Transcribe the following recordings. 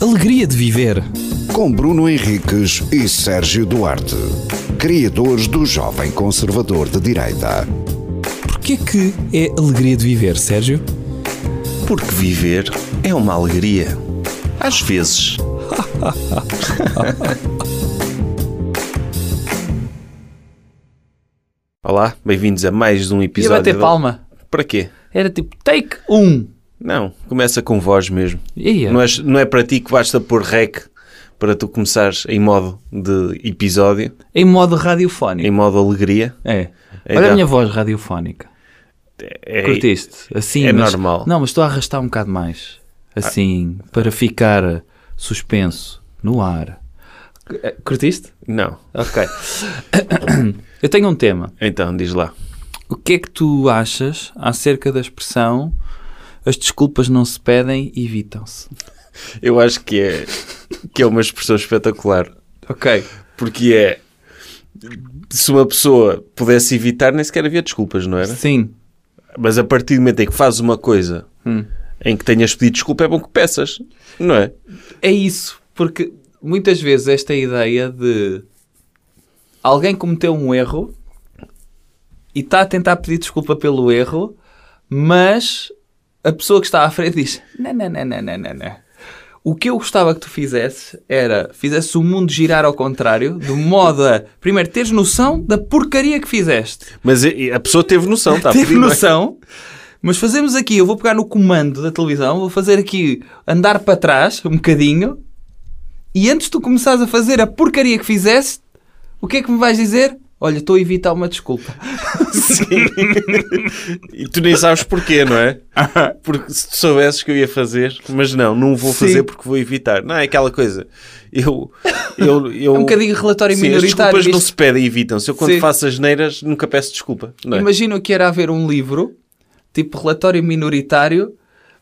alegria de viver. Com Bruno Henriques e Sérgio Duarte, criadores do Jovem Conservador de Direita. Porquê que é alegria de viver, Sérgio? Porque viver é uma alegria. Às vezes. Olá, bem-vindos a mais um Ia episódio. bater do- palma. Para quê? Era tipo take 1. Não, começa com voz mesmo. Ia. Não, és- não é para ti que basta pôr rec para tu começares em modo de episódio, Em modo em radiofónico. modo alegria. É. Olha Então. a minha voz radiofónica. É, Curtiste? Assim. é mas- normal. Ah. Não, mas estou a arrastar um bocado mais. Assim, para ficar suspenso no ar. Eh, Curtiste? Não. Ok. Eu tenho um tema. Então, diz lá. O que é que tu achas acerca da expressão as desculpas não se pedem, evitam-se? Eu acho que é, que é uma expressão espetacular. Ok. Porque é. Se uma pessoa pudesse evitar, nem sequer havia desculpas, não era? Sim. Mas a partir do momento em que fazes uma coisa Hum. em que tenhas pedido desculpa, é bom que peças, não é? É isso, porque muitas vezes esta ideia de alguém cometeu um erro e está a tentar pedir desculpa pelo erro, mas a pessoa que está à frente diz: não, não, não, não, não, não, não. O que eu gostava que tu fizesses era fizesse o mundo girar ao contrário, de modo a primeiro teres noção da porcaria que fizeste Mas e- e a pessoa teve noção, está a teve pedir, não é? noção. Mas fazemos aqui, eu vou pegar no comando da televisão, vou fazer aqui andar para trás um bocadinho. E antes de tu começares a fazer a porcaria que fizeste, o que é que me vais dizer? Olha, estou a evitar uma desculpa. E tu nem sabes porquê, não é? Porque se tu soubesses que eu ia fazer, mas não, não vou Sim. fazer porque vou evitar. Não, é aquela coisa. Eu. eu, eu É um bocadinho relatório Sim, as minoritário. desculpas não isto. se pedem, evitam-se. Eu, quando Sim. faço as neiras, nunca peço desculpa. Não é? Imagino que era haver um livro, tipo relatório minoritário,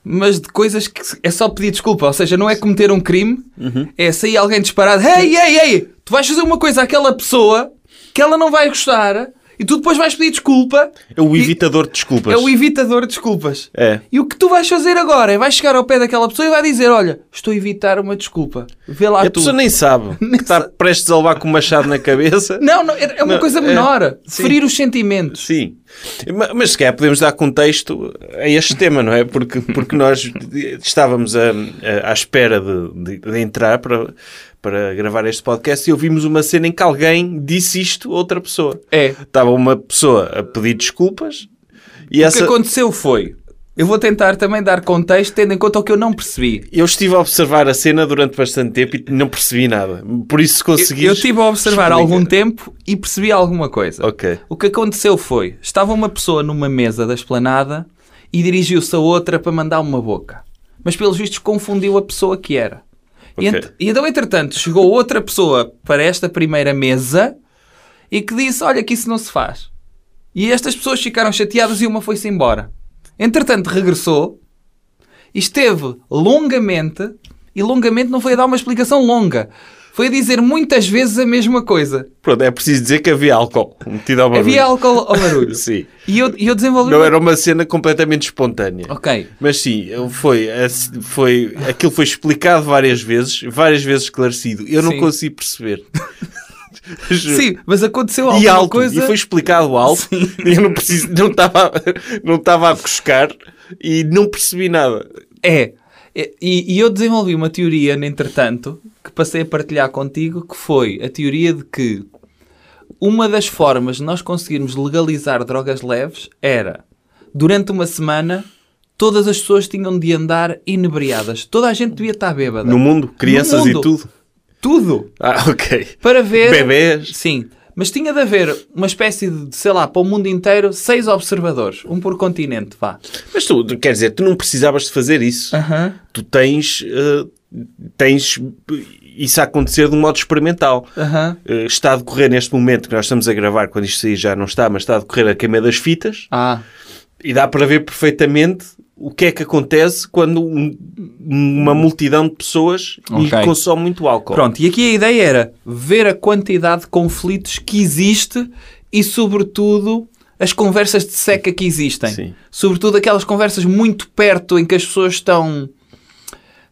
mas de coisas que se- é só pedir desculpa. Ou seja, não é cometer um crime, Uhum. é sair alguém disparado. Ei, ei, ei, tu vais fazer uma coisa àquela pessoa que ela não vai gostar e tu depois vais pedir desculpa. É o E- evitador de desculpas. É o evitador de desculpas. É. E o que tu vais fazer agora é vais chegar ao pé daquela pessoa e vai dizer: Olha, estou a evitar uma desculpa. Vê lá E a tu. pessoa nem sabe que está prestes a levar com um machado na cabeça. Não, não, é é uma Não, coisa é. menor. Sim. Ferir os sentimentos. Sim. Ma- Mas se calhar podemos dar contexto a este tema, não é? Porque, porque nós estávamos a- a- à espera de, de- de entrar para, para gravar este podcast e ouvimos uma cena em que alguém disse isto a outra pessoa. É. Estava uma pessoa a pedir desculpas e O que essa... aconteceu foi. Eu vou tentar também dar contexto, tendo em conta o que eu não percebi. Eu estive a observar a cena durante bastante tempo e não percebi nada. Por isso se conseguires... Eu estive a observar há explica. algum tempo e percebi alguma coisa. Ok. O que aconteceu foi: estava uma pessoa numa mesa da esplanada e dirigiu-se a outra para mandar uma boca. Mas, pelos vistos, confundiu a pessoa que era. E, Ok. ent- e então, entretanto, chegou outra pessoa para esta primeira mesa e que disse: Olha, que isso não se faz. E estas pessoas ficaram chateadas e uma foi-se embora. Entretanto, regressou e esteve longamente, e longamente não foi a dar uma explicação longa, foi a dizer muitas vezes a mesma coisa. Pronto, é preciso dizer que havia álcool metido ao barulho. Havia álcool ao barulho. Sim. E eu, e eu desenvolvi. Não uma- era um- uma cena completamente espontânea. Ok. Mas sim, foi, foi, aquilo foi explicado várias vezes, várias vezes esclarecido. Eu não Sim. consegui perceber. Juro. Sim, mas aconteceu E alguma alto, coisa. e foi explicado alto, e eu não preciso, não estava não estava a cuscar e não percebi nada. É. E, e eu desenvolvi uma teoria, no entretanto, que passei a partilhar contigo, que foi a teoria de que uma das formas de nós conseguirmos legalizar drogas leves era, durante uma semana, todas as pessoas tinham de andar inebriadas. Toda a gente devia estar bêbada. No mundo, crianças No mundo. e tudo. Tudo. Ah, ok. Para ver... Bebés. Sim. Mas tinha de haver uma espécie de, sei lá, para o mundo inteiro, seis observadores. Um por continente, vá. Mas tu, tu- quer dizer, tu não precisavas de fazer isso. Aham. Tu tens, eh, tens isso a acontecer de um modo experimental. Aham. Eh, está a decorrer neste momento que nós estamos a gravar, quando isto sair já não está, mas está a decorrer a queima das fitas Ah, e dá para ver perfeitamente o que é que acontece quando um- uma multidão de pessoas e Ok. consome muito álcool. pronto. E aqui a ideia era ver a quantidade de conflitos que existe e, sobretudo, as conversas de seca que existem. Sim. Sobretudo aquelas conversas muito perto em que as pessoas estão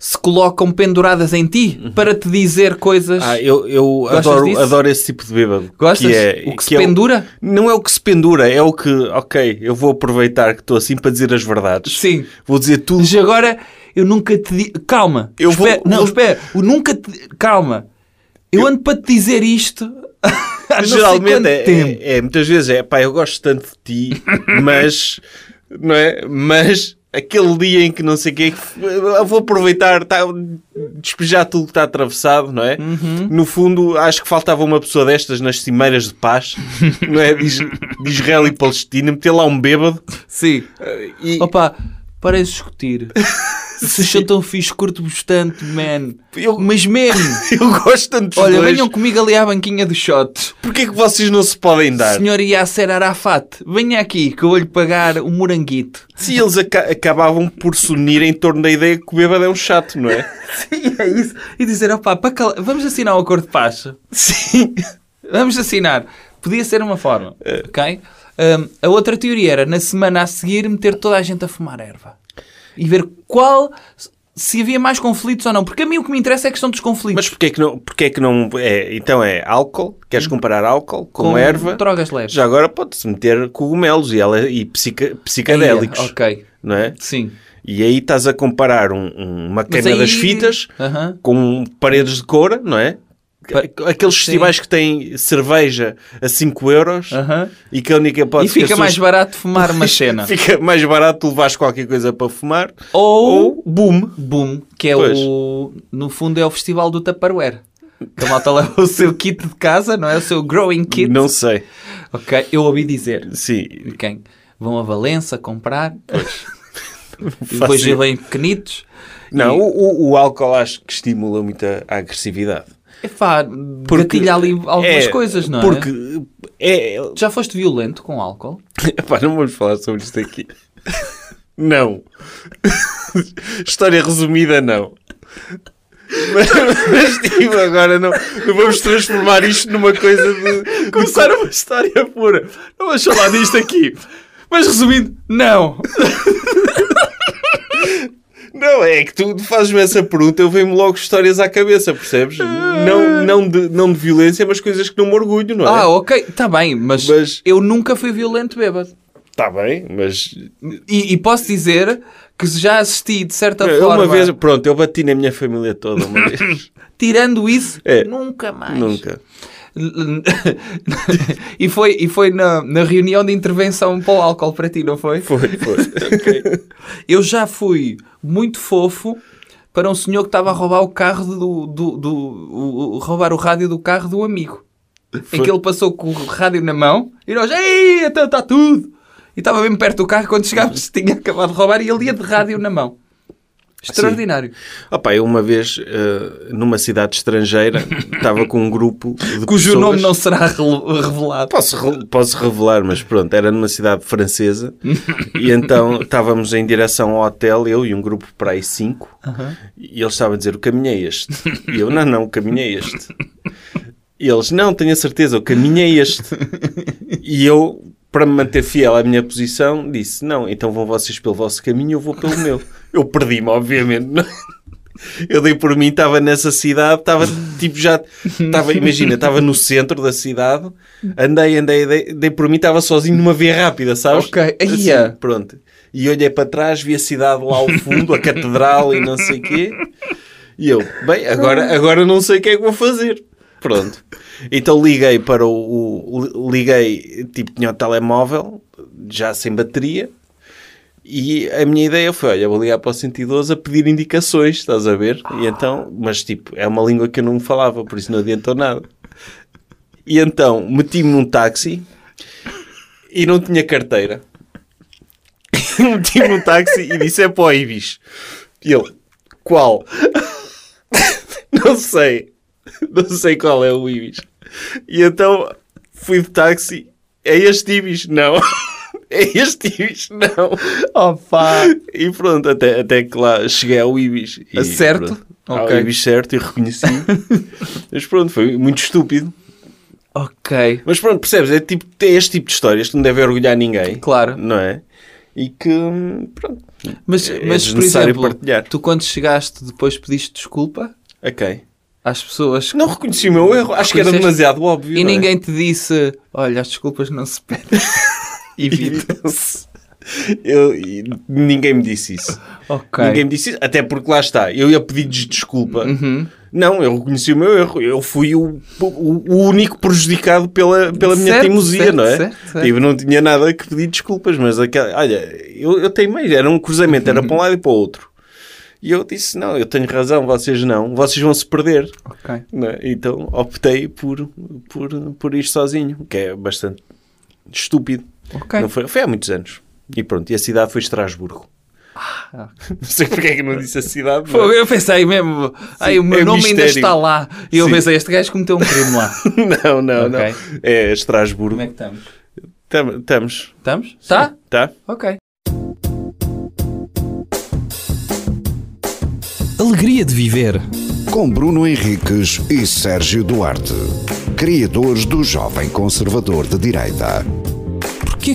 se colocam penduradas em ti para te dizer coisas. Uhum. Ah, eu, eu Gostas adoro, disso? adoro esse tipo de bêbado. Gostas? Que é, o que, se é pendura? Não é o que se pendura, é o que, ok, eu vou aproveitar que estou assim para dizer as verdades. Sim. Vou dizer tudo. Mas agora eu nunca te digo. Calma. Eu vou- espera, Não, vou- espera. Eu nunca te. Calma. Eu, ando para te dizer isto. há não sei quanto Geralmente é, tempo. é- é, muitas vezes é, pá, eu gosto tanto de ti, mas, não é? Mas aquele dia em que não sei o quê, que f- eu vou aproveitar, tá, despejar tudo que está atravessado, não é? Uhum. No fundo, acho que faltava uma pessoa destas nas cimeiras de paz, não é? De, Is- de Israel e Palestina, meter lá um bêbado eh, Sim. é- e Opa, parem de discutir. Vocês são tão fixe, curto bastante, man. Eu- Mas mesmo. eu gosto tanto dos Olha, dois. venham comigo ali à banquinha do shot. Porquê é que vocês não se podem dar? Senhor Yasser Arafat, venha aqui que eu vou-lhe pagar um moranguito. Se eles aca- acabavam por se unir em torno da ideia que o bêbado é um chato, não é? Sim, é isso. E dizer, opá, para cal- vamos assinar o acordo de paz. Sim. É. Vamos assinar. Podia ser uma forma, ok? Hum, a outra teoria era, na semana a seguir, meter toda a gente a fumar erva. E ver qual... Se havia mais conflitos ou não. Porque a mim o que me interessa é a questão dos conflitos. Mas porquê é que não... Porquê é que não é, então é álcool? Queres comparar álcool com, Com erva? drogas leves. Já agora pode-se meter cogumelos e, ela, e psica- psicadélicos. Aí, ok. Não é? Sim. E aí estás a comparar um- um- uma Mas cana aí- Ah. das fitas Aham. com paredes de coura, não é? Pa- Aqueles Sim. festivais que têm cerveja a 5 euros Aham. e que a única pode Ah. E fica mais barato fumar uma cena. Fica mais barato tu levares qualquer coisa para fumar. Ou, Ou boom. Boom, que é Pois. o. No fundo, é o festival do Tupperware. Que a malta leva o seu kit de casa, não é? O seu growing kit. Não sei. Ok, eu ouvi dizer. Sim. Quem? Vão a Valença comprar. e depois Fácil. vêm pequenitos. Não, o, o- o álcool acho que estimula muito a, a agressividade. E pá, gatilha ali algumas É, coisas, não é? porque é? Já foste violento com álcool? Epá, não vamos falar sobre isto aqui. Não. História resumida, não. Mas, mas tipo, agora não, não vamos transformar isto numa coisa de. Começar uma história pura. Não vamos falar disto aqui. Mas resumindo, não. Não, é que tu fazes-me essa pergunta, eu venho logo histórias à cabeça, percebes? Não, não, de, não de violência, mas coisas que não me orgulho, não Ah, é? ok, está bem, mas, Mas- eu nunca fui violento bêbado. Está Tá bem, mas E, e posso dizer que já assisti de certa Eu forma. É, uma vez, pronto, eu bati na minha família toda uma vez. Tirando isso, É. nunca mais. Nunca. e foi, e foi na, na reunião de intervenção para o álcool para ti, não foi? Foi, foi. Eu já fui muito fofo para um senhor que estava a roubar o carro do. do, do- o- o- roubar o rádio do carro do amigo. Em que ele passou com o rádio na mão e nós, ei, então está tudo! E estava mesmo perto do carro quando chegámos, tinha acabado de roubar e ele ia de rádio na mão. Ah, Extraordinário. Opa, eu uma vez, eh, numa cidade estrangeira, estava com um grupo de Cujo pessoas- nome não será rele- revelado. Posso, re- posso revelar, mas pronto, era numa cidade francesa e então estávamos em direção ao hotel, eu e um grupo para aí cinco, e eles estavam a dizer o caminho é este. E eu, não, não, o caminho é este. E eles, não, tenho a certeza, o caminho é este. E eu, para me manter fiel à minha posição, disse, não, então vão vocês pelo vosso caminho, eu vou pelo meu. Eu perdi-me, obviamente, não é? Eu dei por mim, estava nessa cidade, estava tipo já, estava, imagina, estava no centro da cidade, andei, andei, dei, dei por mim, estava sozinho numa via rápida, sabes? Ok. Assim, Ia. pronto. E olhei para trás, vi a cidade lá ao fundo, a catedral e não sei o quê. E eu, bem, agora, agora não sei o que é que vou fazer. Pronto. Então liguei para o, o- Liguei, tipo, tinha o telemóvel, já sem bateria. E a minha ideia foi, olha, vou ligar para o 112 a pedir indicações, estás a ver? E então, mas tipo, é uma língua que eu não falava, por isso não adiantou nada. E então, meti-me num táxi e não tinha carteira. meti-me num táxi e disse, é para o Ibis. E ele, qual? não sei. Não sei qual é o Ibis. E então, fui de táxi, é este Ibis? Não. É este Ibis? Não. Oh, Opa! E pronto, até, até que lá cheguei ao Ibis. E Certo? pronto, Ao Ok. Ibis certo e reconheci. Mas pronto, foi muito estúpido. Ok. Mas pronto, percebes? É, tipo, é este tipo de histórias que não deve orgulhar ninguém. Claro. Não é? E que, hum, pronto, Mas, É mas por desnecessário exemplo, partilhar. tu quando chegaste depois pediste desculpa A quem? às pessoas Não reconheci o meu erro. Acho que era Reconheceste? demasiado óbvio. e não é? ninguém te disse: Olha, as desculpas não se pedem. Evitam-se. Eu, e ninguém me disse isso. ok. Ninguém me disse isso. Até porque lá está. Eu ia pedir-lhes desculpa. Uhum. Não, eu reconheci o meu erro. Eu fui o, o, o único prejudicado pela, pela minha Certo, teimosia, certo, não é? certo, certo. Eu não tinha nada que pedir desculpas, mas aquela, olha, eu, eu teimei. Era um cruzamento, era para Uhum. um lado e para o outro. E eu disse: não, eu tenho razão, vocês não, vocês vão se perder. Ok. Não é? Então optei por, por, por ir sozinho, que é bastante estúpido. Ok. Não foi, foi há muitos anos. E pronto, e a cidade foi Estrasburgo. Ah. Não sei porque é que não disse a cidade. Pô, eu pensei mesmo, ai, o meu é nome ainda mistério. está lá. E eu Sim. pensei, este gajo cometeu um crime lá. mas- Não, não, Ok. não. É Estrasburgo. Como é que estamos? Tam- Estamos. Estamos? Está? Tá? Ok. Alegria de viver. Com Bruno Henriques e Sérgio Duarte, criadores do Jovem Conservador de Direita. Porquê